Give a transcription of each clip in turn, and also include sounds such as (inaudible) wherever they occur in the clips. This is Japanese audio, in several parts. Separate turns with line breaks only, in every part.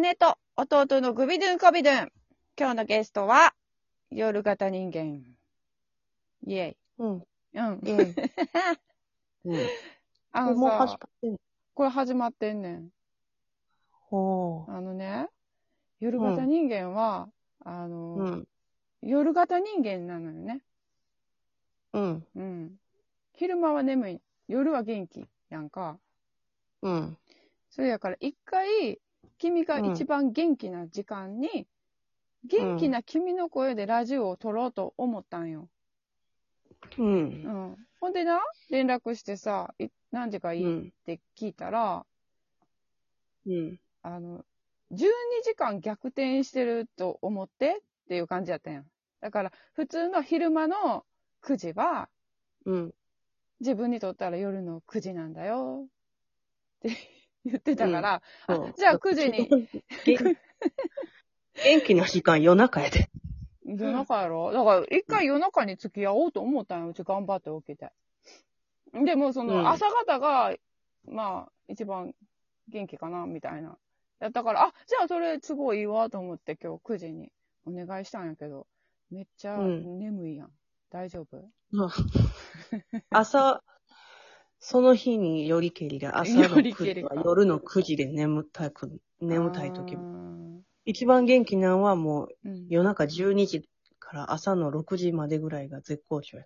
姉と弟のグビドゥンコビドゥン。今日のゲストは、夜型人間。イェイ。
うん。
(laughs) うん。
ええ。
うん。
あ
も
の
う始ま
さ
っ、てん
これ始まってんねん。
の。
あのね、夜型人間は、あの、
うん。
夜型人間なのよね。
うん。
うん。昼間は眠い。夜は元気。やんか。
うん。
それやから一回、君が一番元気な時間に、元気な君の声でラジオを撮ろうと思ったんよ。
う。
うんん。ほんでな、連絡してさ、い何時が
う
いいっ
ん。
て聞いたら、
うん。
あの、12時間逆転してると思ってっていう感じやったんやん。だから、普通の昼間の9時は、
うん。
自分にとったら夜の9時なんだよって言ってたから、
そう
じゃあ9時に。
元
(laughs)
元気な時間夜中やで。
夜中やろだから、一回夜中に付き合おうと思ったんよ。うち頑張って起きて。でも、そ
うん
の、朝方が、まあ、一番元気かな、みたいな。やったから、あ、じゃあそれ都合いいわ、と思って今日9時にお願いしたんやけど、めっちゃ
うん
眠いやん。大丈夫
朝、その日によりけりが朝の
よりけ
9
り
時
が
は夜の9時で眠たく、眠たい時
う
も。
ん。
一番元気なんはもう
うん
夜中12時から朝の6時までぐらいが絶好調や。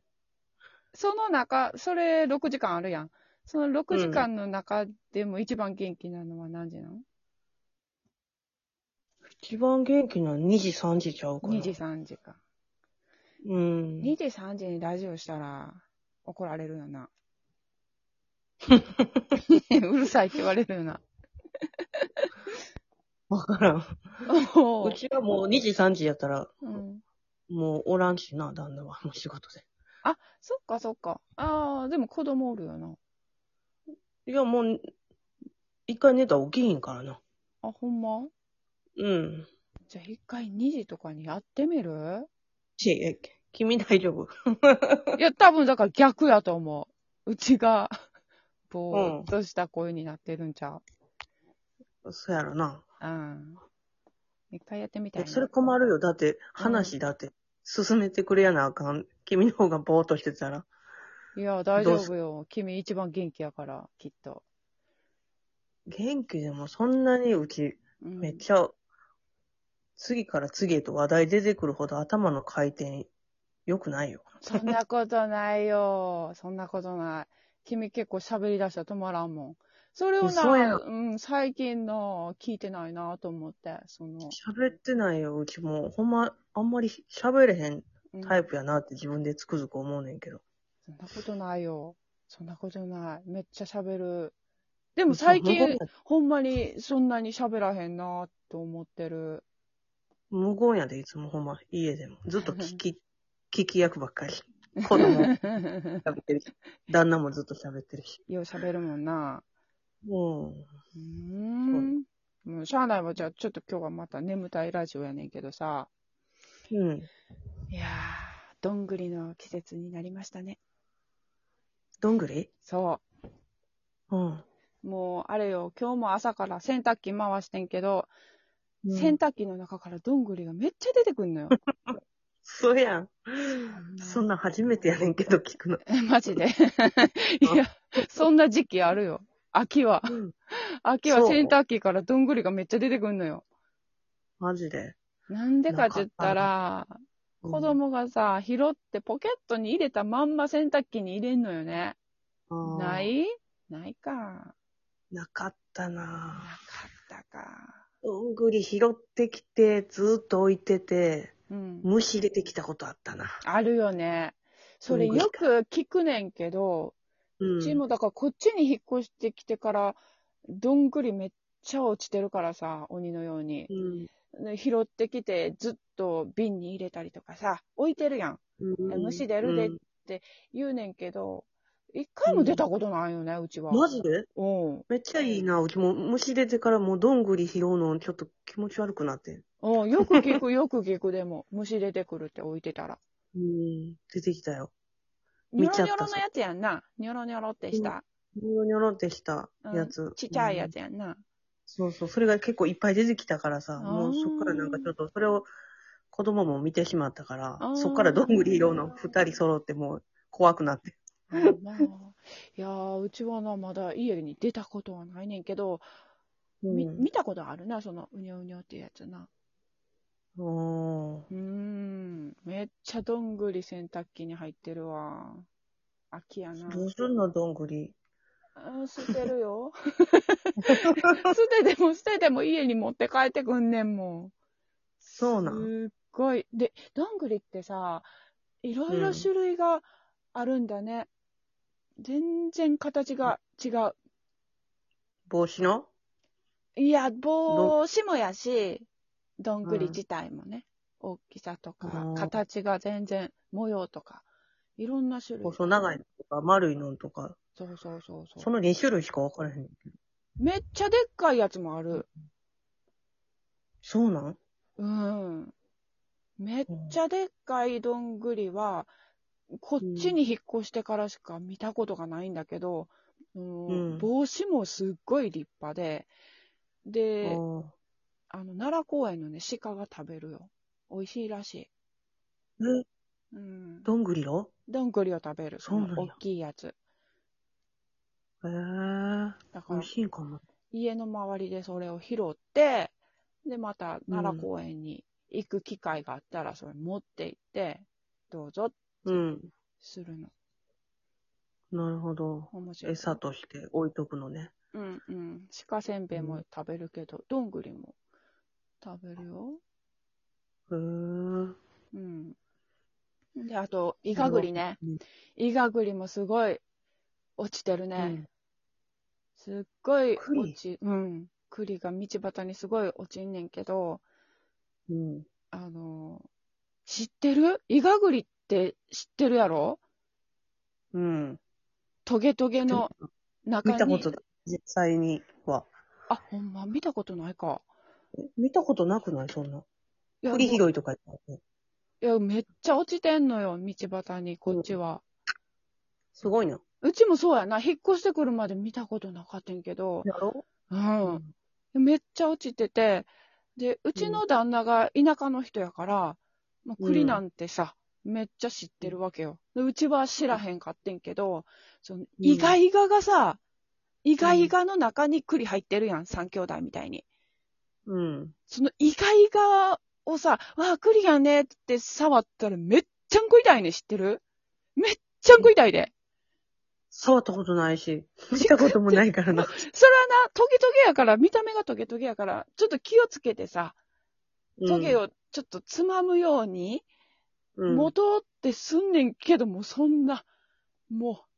その中、それ6時間あるやん。その6時間の中でも一番元気なのは何時なの、
一番元気なの2時3時ちゃうかな。
?2 時、3時か。
うん。
2時3時にラジオしたら怒られるよ
(laughs)
な。うるさいって言われるよな。
わからん。
お
うちはもう2時3時やったら、
うん、
もうおらんしな、旦那は。 (laughs) もう仕事で。
そっかそっか。ああ、でも子供おるよな。
いや、もう、一回寝たら起きひんからな。
あ、ほんま
うん。
じゃあ一回2時とかにやってみる
し、え君大丈夫
いや、多分だから逆やと思う。うちが、ぼーっとした声になってるんちゃう
そうやろな。
うん。一回やってみたい
え
な。
それ困るよ。だって、話だって、進めてくれやなあかん。君の方がぼーっとしてたら。
いや、大丈夫よ。君一番元気やから、きっと。
元気でもそんなにうち、
うん
めっちゃ、次から次へと話題出てくるほど頭の回転、良くないよ。
そんなことないよ。そんなことない。君結構喋り出したら止まらんもん。それを
嘘や
な、うん、最近の聞いてないなと思って、その、
喋ってないよ。うちも、ほんま、あんまり喋れへん
うん
タイプやなって自分でつくづく思うねんけど。
そんなことないよ。そんなことない。めっちゃ喋る。でも最近、ほんまにそんなに喋らへんなと思ってる。
無言やで、いつもほんま、家でも。ずっと聞き、聞き役ばっかり。子供も喋ってるし、旦那もずっと喋ってるし。
よう喋るもんな。
うん。
うーん。もうしゃあないわ。じゃあ、ちょっと今日はまた眠たいラジオやねんけどさ。
うん。
いやー、どんぐりの季節になりましたね。
どんぐり
そ
うん。
う。もう、あれよ、今日も朝から洗濯機回してんけど、洗濯機の中からどんぐりがめっちゃ出てくんのよ。
そうやん。 (laughs) そん
な。
なん初めてやねんけど聞くの。
(laughs) マ
(laughs)
ジで。いや、そんな時期あるよ。秋は。秋は
そう
洗濯機からどんぐりがめっちゃ出てくんのよ。
マジで。
なんでかって言ったら、
うん
子。供がさ、拾ってポケットに入れたまんま洗濯機に入れんのよね。
あー
ないないか。な
なかった
か
なぁ
ったか。
どんぐり拾ってきて、ずーっと置いてて、
うん。
虫出てきたことあったな。
あるよね。それよく聞くねんけど、
う
うちもだからこっちに引っ越してきてから、どんぐりめっちゃ落ちてるからさ、鬼のように。
うん。
で拾ってきて、ずっと瓶に入れたりとかさ、置いてるやん。
うん
虫出るで
うん
言うねんけど、一回も出たことないよね、うちは。
マジで
うん。
めっちゃいいな。うちも虫出てからもうどんぐり拾うのちょっと気持ち悪くなってん。
うん。よく聞
(laughs)
く、よく聞く、でも。虫出てくるって置いてたら。
うん。出てきたよ。
ニ
見
ョ
ちゃ
ロ
った
ニョロのやつやんな。ニョロニョロってした。
ニョロニョロってしたやつ。
ちっちゃいやつやんな。
そうそう、それが結構いっぱい出てきたからさ、
ー
もうそっからなんかちょっと、それを子供も見てしまったから
あー、
そっからどんぐり色の二人揃ってもう怖くなって。
あーまあ、いやーうちはな、まだ家に出たことはないねんけど、み
うん
見たことあるな、その、うにょうにょってやつな。
おー
うーん、めっちゃどんぐり洗濯機に入ってるわ。秋やな。
どうすんの、どんぐ
(laughs)
り。
うん、捨てるよ。 (laughs) 捨てても捨てても家に持って帰ってくんねんもん。
そうなん。
すっごい。で、どんぐりってさ、いろいろ種類があるんだね。全然形が違う。
帽子の
いや、帽子もやし、どんぐり
うん
自体もね、大きさとか
あ、ー
形が全然、模様とか、いろんな種類。
細長いのとか、丸いのとか、
そうそうそうそう。
その2種類しか分からへん。
めっちゃでっかいやつもある。
そうなん
うん。めっちゃでっかいどんぐりは、こっちに引っ越してからしか見たことがないんだけど、うん
うん
帽子もすっごい立派で、
あ
で、
ー
あの、奈良公園のね、鹿が食べるよ。美味しいらし
え、
い。うん。
どんぐりを
どんぐりを食べる。
そうなんや
の大きいやつ。
へー
だか
美
ら
味、しいんかな。
家の周りでそれを拾って、で、また奈良公園に行く機会があったら、それ持って行って、どうぞ、
うん。
するの。
なるほど。
面白い。
餌として置いとくのね。
うんうん。鹿せんべいも食べるけど、どんぐりも食べるよ。
へー
うん。で、あと、イガグリね。イガグリもすごい落ちてる
う
ね。
ん。
すっごい
栗
落ち、うん。栗が道端にすごい落ちんねんけど、
うん。
あのー知ってるイガグリって知ってるやろ
うん。
トゲトゲの中に。
見たことない。実際には。
あ、ほんま、見たことないか。
え見たことなくないそんな。
いや、
栗
い
拾いとかやったらね
やめっちゃ落ちてんのよ、道端に、こっちは。
すごいな。
うちもそうやな。引っ越してくるまで見たことなかったんやけど。
やろ
うん。めっちゃ落ちてて、で、うちの旦那が田舎の人やから、もう栗なんてさ、めっちゃ知ってるわけよ。でうちは知らへんかってんけど、その、イガイガがさ、イガイガの中に栗入ってるやん、三兄弟みたいに。
うん。
そのイガイガをさ、わあ、栗やねって触ったらめっちゃんこ痛いね、知ってるめっちゃんこ痛いで。
触ったことないし、見たこともないからな。 (laughs)
それはな、トゲトゲやから、見た目がトゲトゲやから、ちょっと気をつけてさ、トゲをちょっとつまむように、
うん、うん、
戻ってすんねんけど、もうそんな、もう、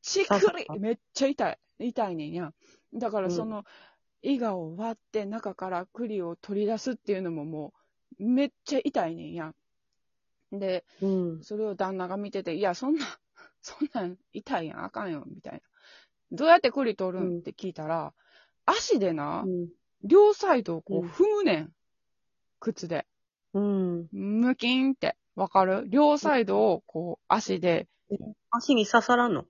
ちく
刺さっ
り
た
めっちゃ痛い。痛いねんや。だから
うん
その、イガを割って中から栗を取り出すっていうのももう、めっちゃ痛いねんや。で、
うん。
それを旦那が見てて、いや、そんな、 (laughs) そんなん痛いやん、あかんよ、みたいな。どうやって栗取るんって聞いたら、足でな、両サイドをこう
うん
踏むねん。靴で。
うん。
ムキンって、わかる両サイドをこう足で、
足に刺さらんの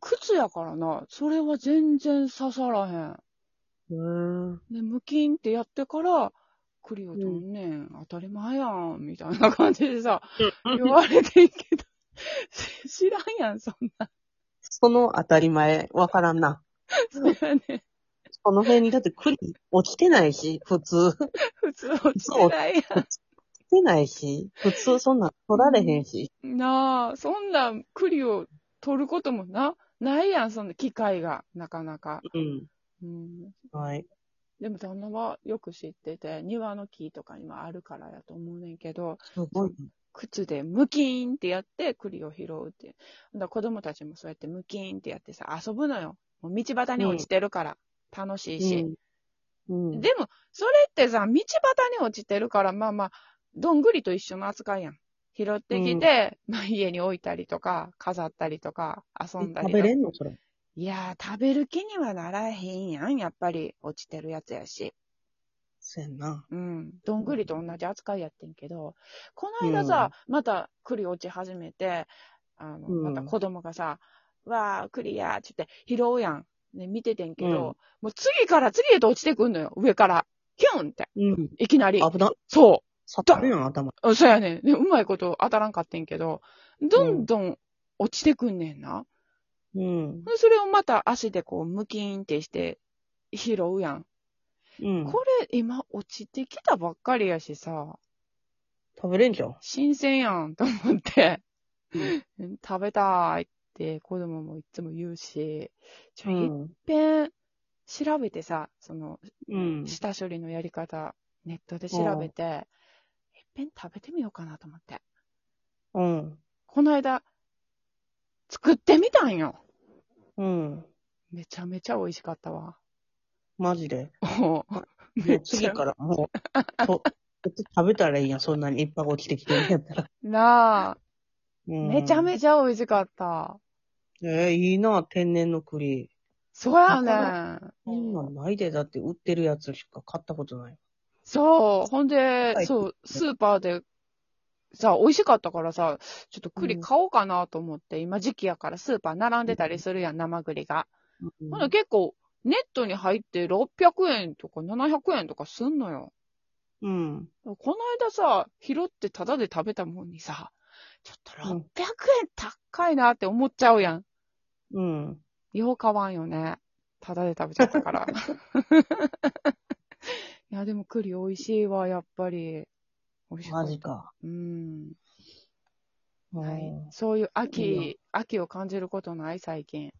靴やからな、それは全然刺さらへ
へー
ん。で、ムキンってやってから、栗を取んねん、当たり前やん、みたいな感じでさ、言われてんけど、 (laughs) 知らんやん、そん
(laughs) その当たり前、わからんな。
な。それはね、
この辺にだって栗落ちてないし、普通。落
普通落ちてないや
ちてないし、普通そんなん取られへんし。
ん。なあ、そんな栗を取ることもな、ないやん、そんな機会が、なかなか。
うん。
うん、
はい。
でも旦那はよく知ってて、庭の木とかにもあるからやと思うねんけど、
すごい。
靴でムキーンってやって栗を拾うって。だから子供たちもそうやってムキーンってやってさ、遊ぶのよ。もう道端に落ちてるから、楽しいし。
うん。うん、
でも、それってさ、道端に落ちてるから、まあまあ、どんぐりと一緒の扱いやん。拾ってきて、まあ家に置いたりとか、飾ったりとか、遊んだりと
食べ
か
れ。んのそれ。
いやー、食べる気にはならへんやん、やっぱり。落ちてるやつやし。
せんな。
うん。どんぐりと同じ扱いやってんけど、この間さ、また栗落ち始めて、あの、
う
ま
ん
た子供がさ、わー、栗やーって言って拾うやん。ね、見ててんけど、もう次から次へと落ちてくんのよ、上から。キュンって、
うん。
いきなり。
危な。
そ
さったるやん、頭。
う。うんそうやねん。ね、うまいこと当たらんかってんけど、どんどん落ちてくんねんな。
うん。
でそれをまた足でこう、ムキーンってして、拾うやん。
うん。
これ、今、落ちてきたばっかりやしさ、
食べれんじゃん。
新鮮やんと思って、
うん
食べたいって子供もいつも言うし、ち
う
ょ、いっ
ん。
ぺん調べてさ、その、
うん。
下処理のやり方、ネットで調べて、いっぺん食べてみようかなと思って。
うん。
この間、作ってみたんよ。
うん。
めちゃめちゃ美味しかった
(laughs)
わ。
マジで。
もう、
も
め
う
っち
次
ゃ。
(laughs) からもう、と、食べたらいいやん、そんなにいっぱい落ちてきてるんやったら。
(laughs) なあ、
うん
めちゃめちゃ美味しかった。
えー、いいな、天然の栗。
そうや
な
ねん。
こんなんないで、だって売ってるやつしか買ったことない。
そう。ほんで、
はい
そう、スーパーで、さ、美味しかったからさ、ちょっと栗買おうかなと思って、今時期やからスーパー並んでたりするやん、生栗が。
うん
ほんで結構、ネットに入って600円とか700円とかすんのよ。
うん。
この間さ、拾ってタダで食べたもんにさ、ちょっと600円高いなって思っちゃうやん。
うん。
よう買わんよね。タダで食べちゃったから。いや、でも栗美味しいわ、やっぱり。美味しか
マ
った
ジか。
うん。
うん
はい。そういう
い
秋、
い
秋を感じることない最近。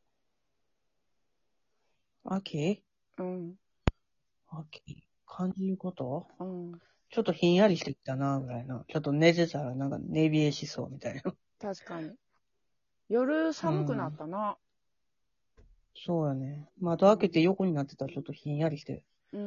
秋
うん。
秋感じること
うん。
ちょっとひんやりしてきたな、ぐらいな。ちょっと寝てたらなんか寝冷えしそうみたいな。
確かに。夜寒くなったな。
そうやね。窓開けて横になってたらちょっとひんやりして
うん。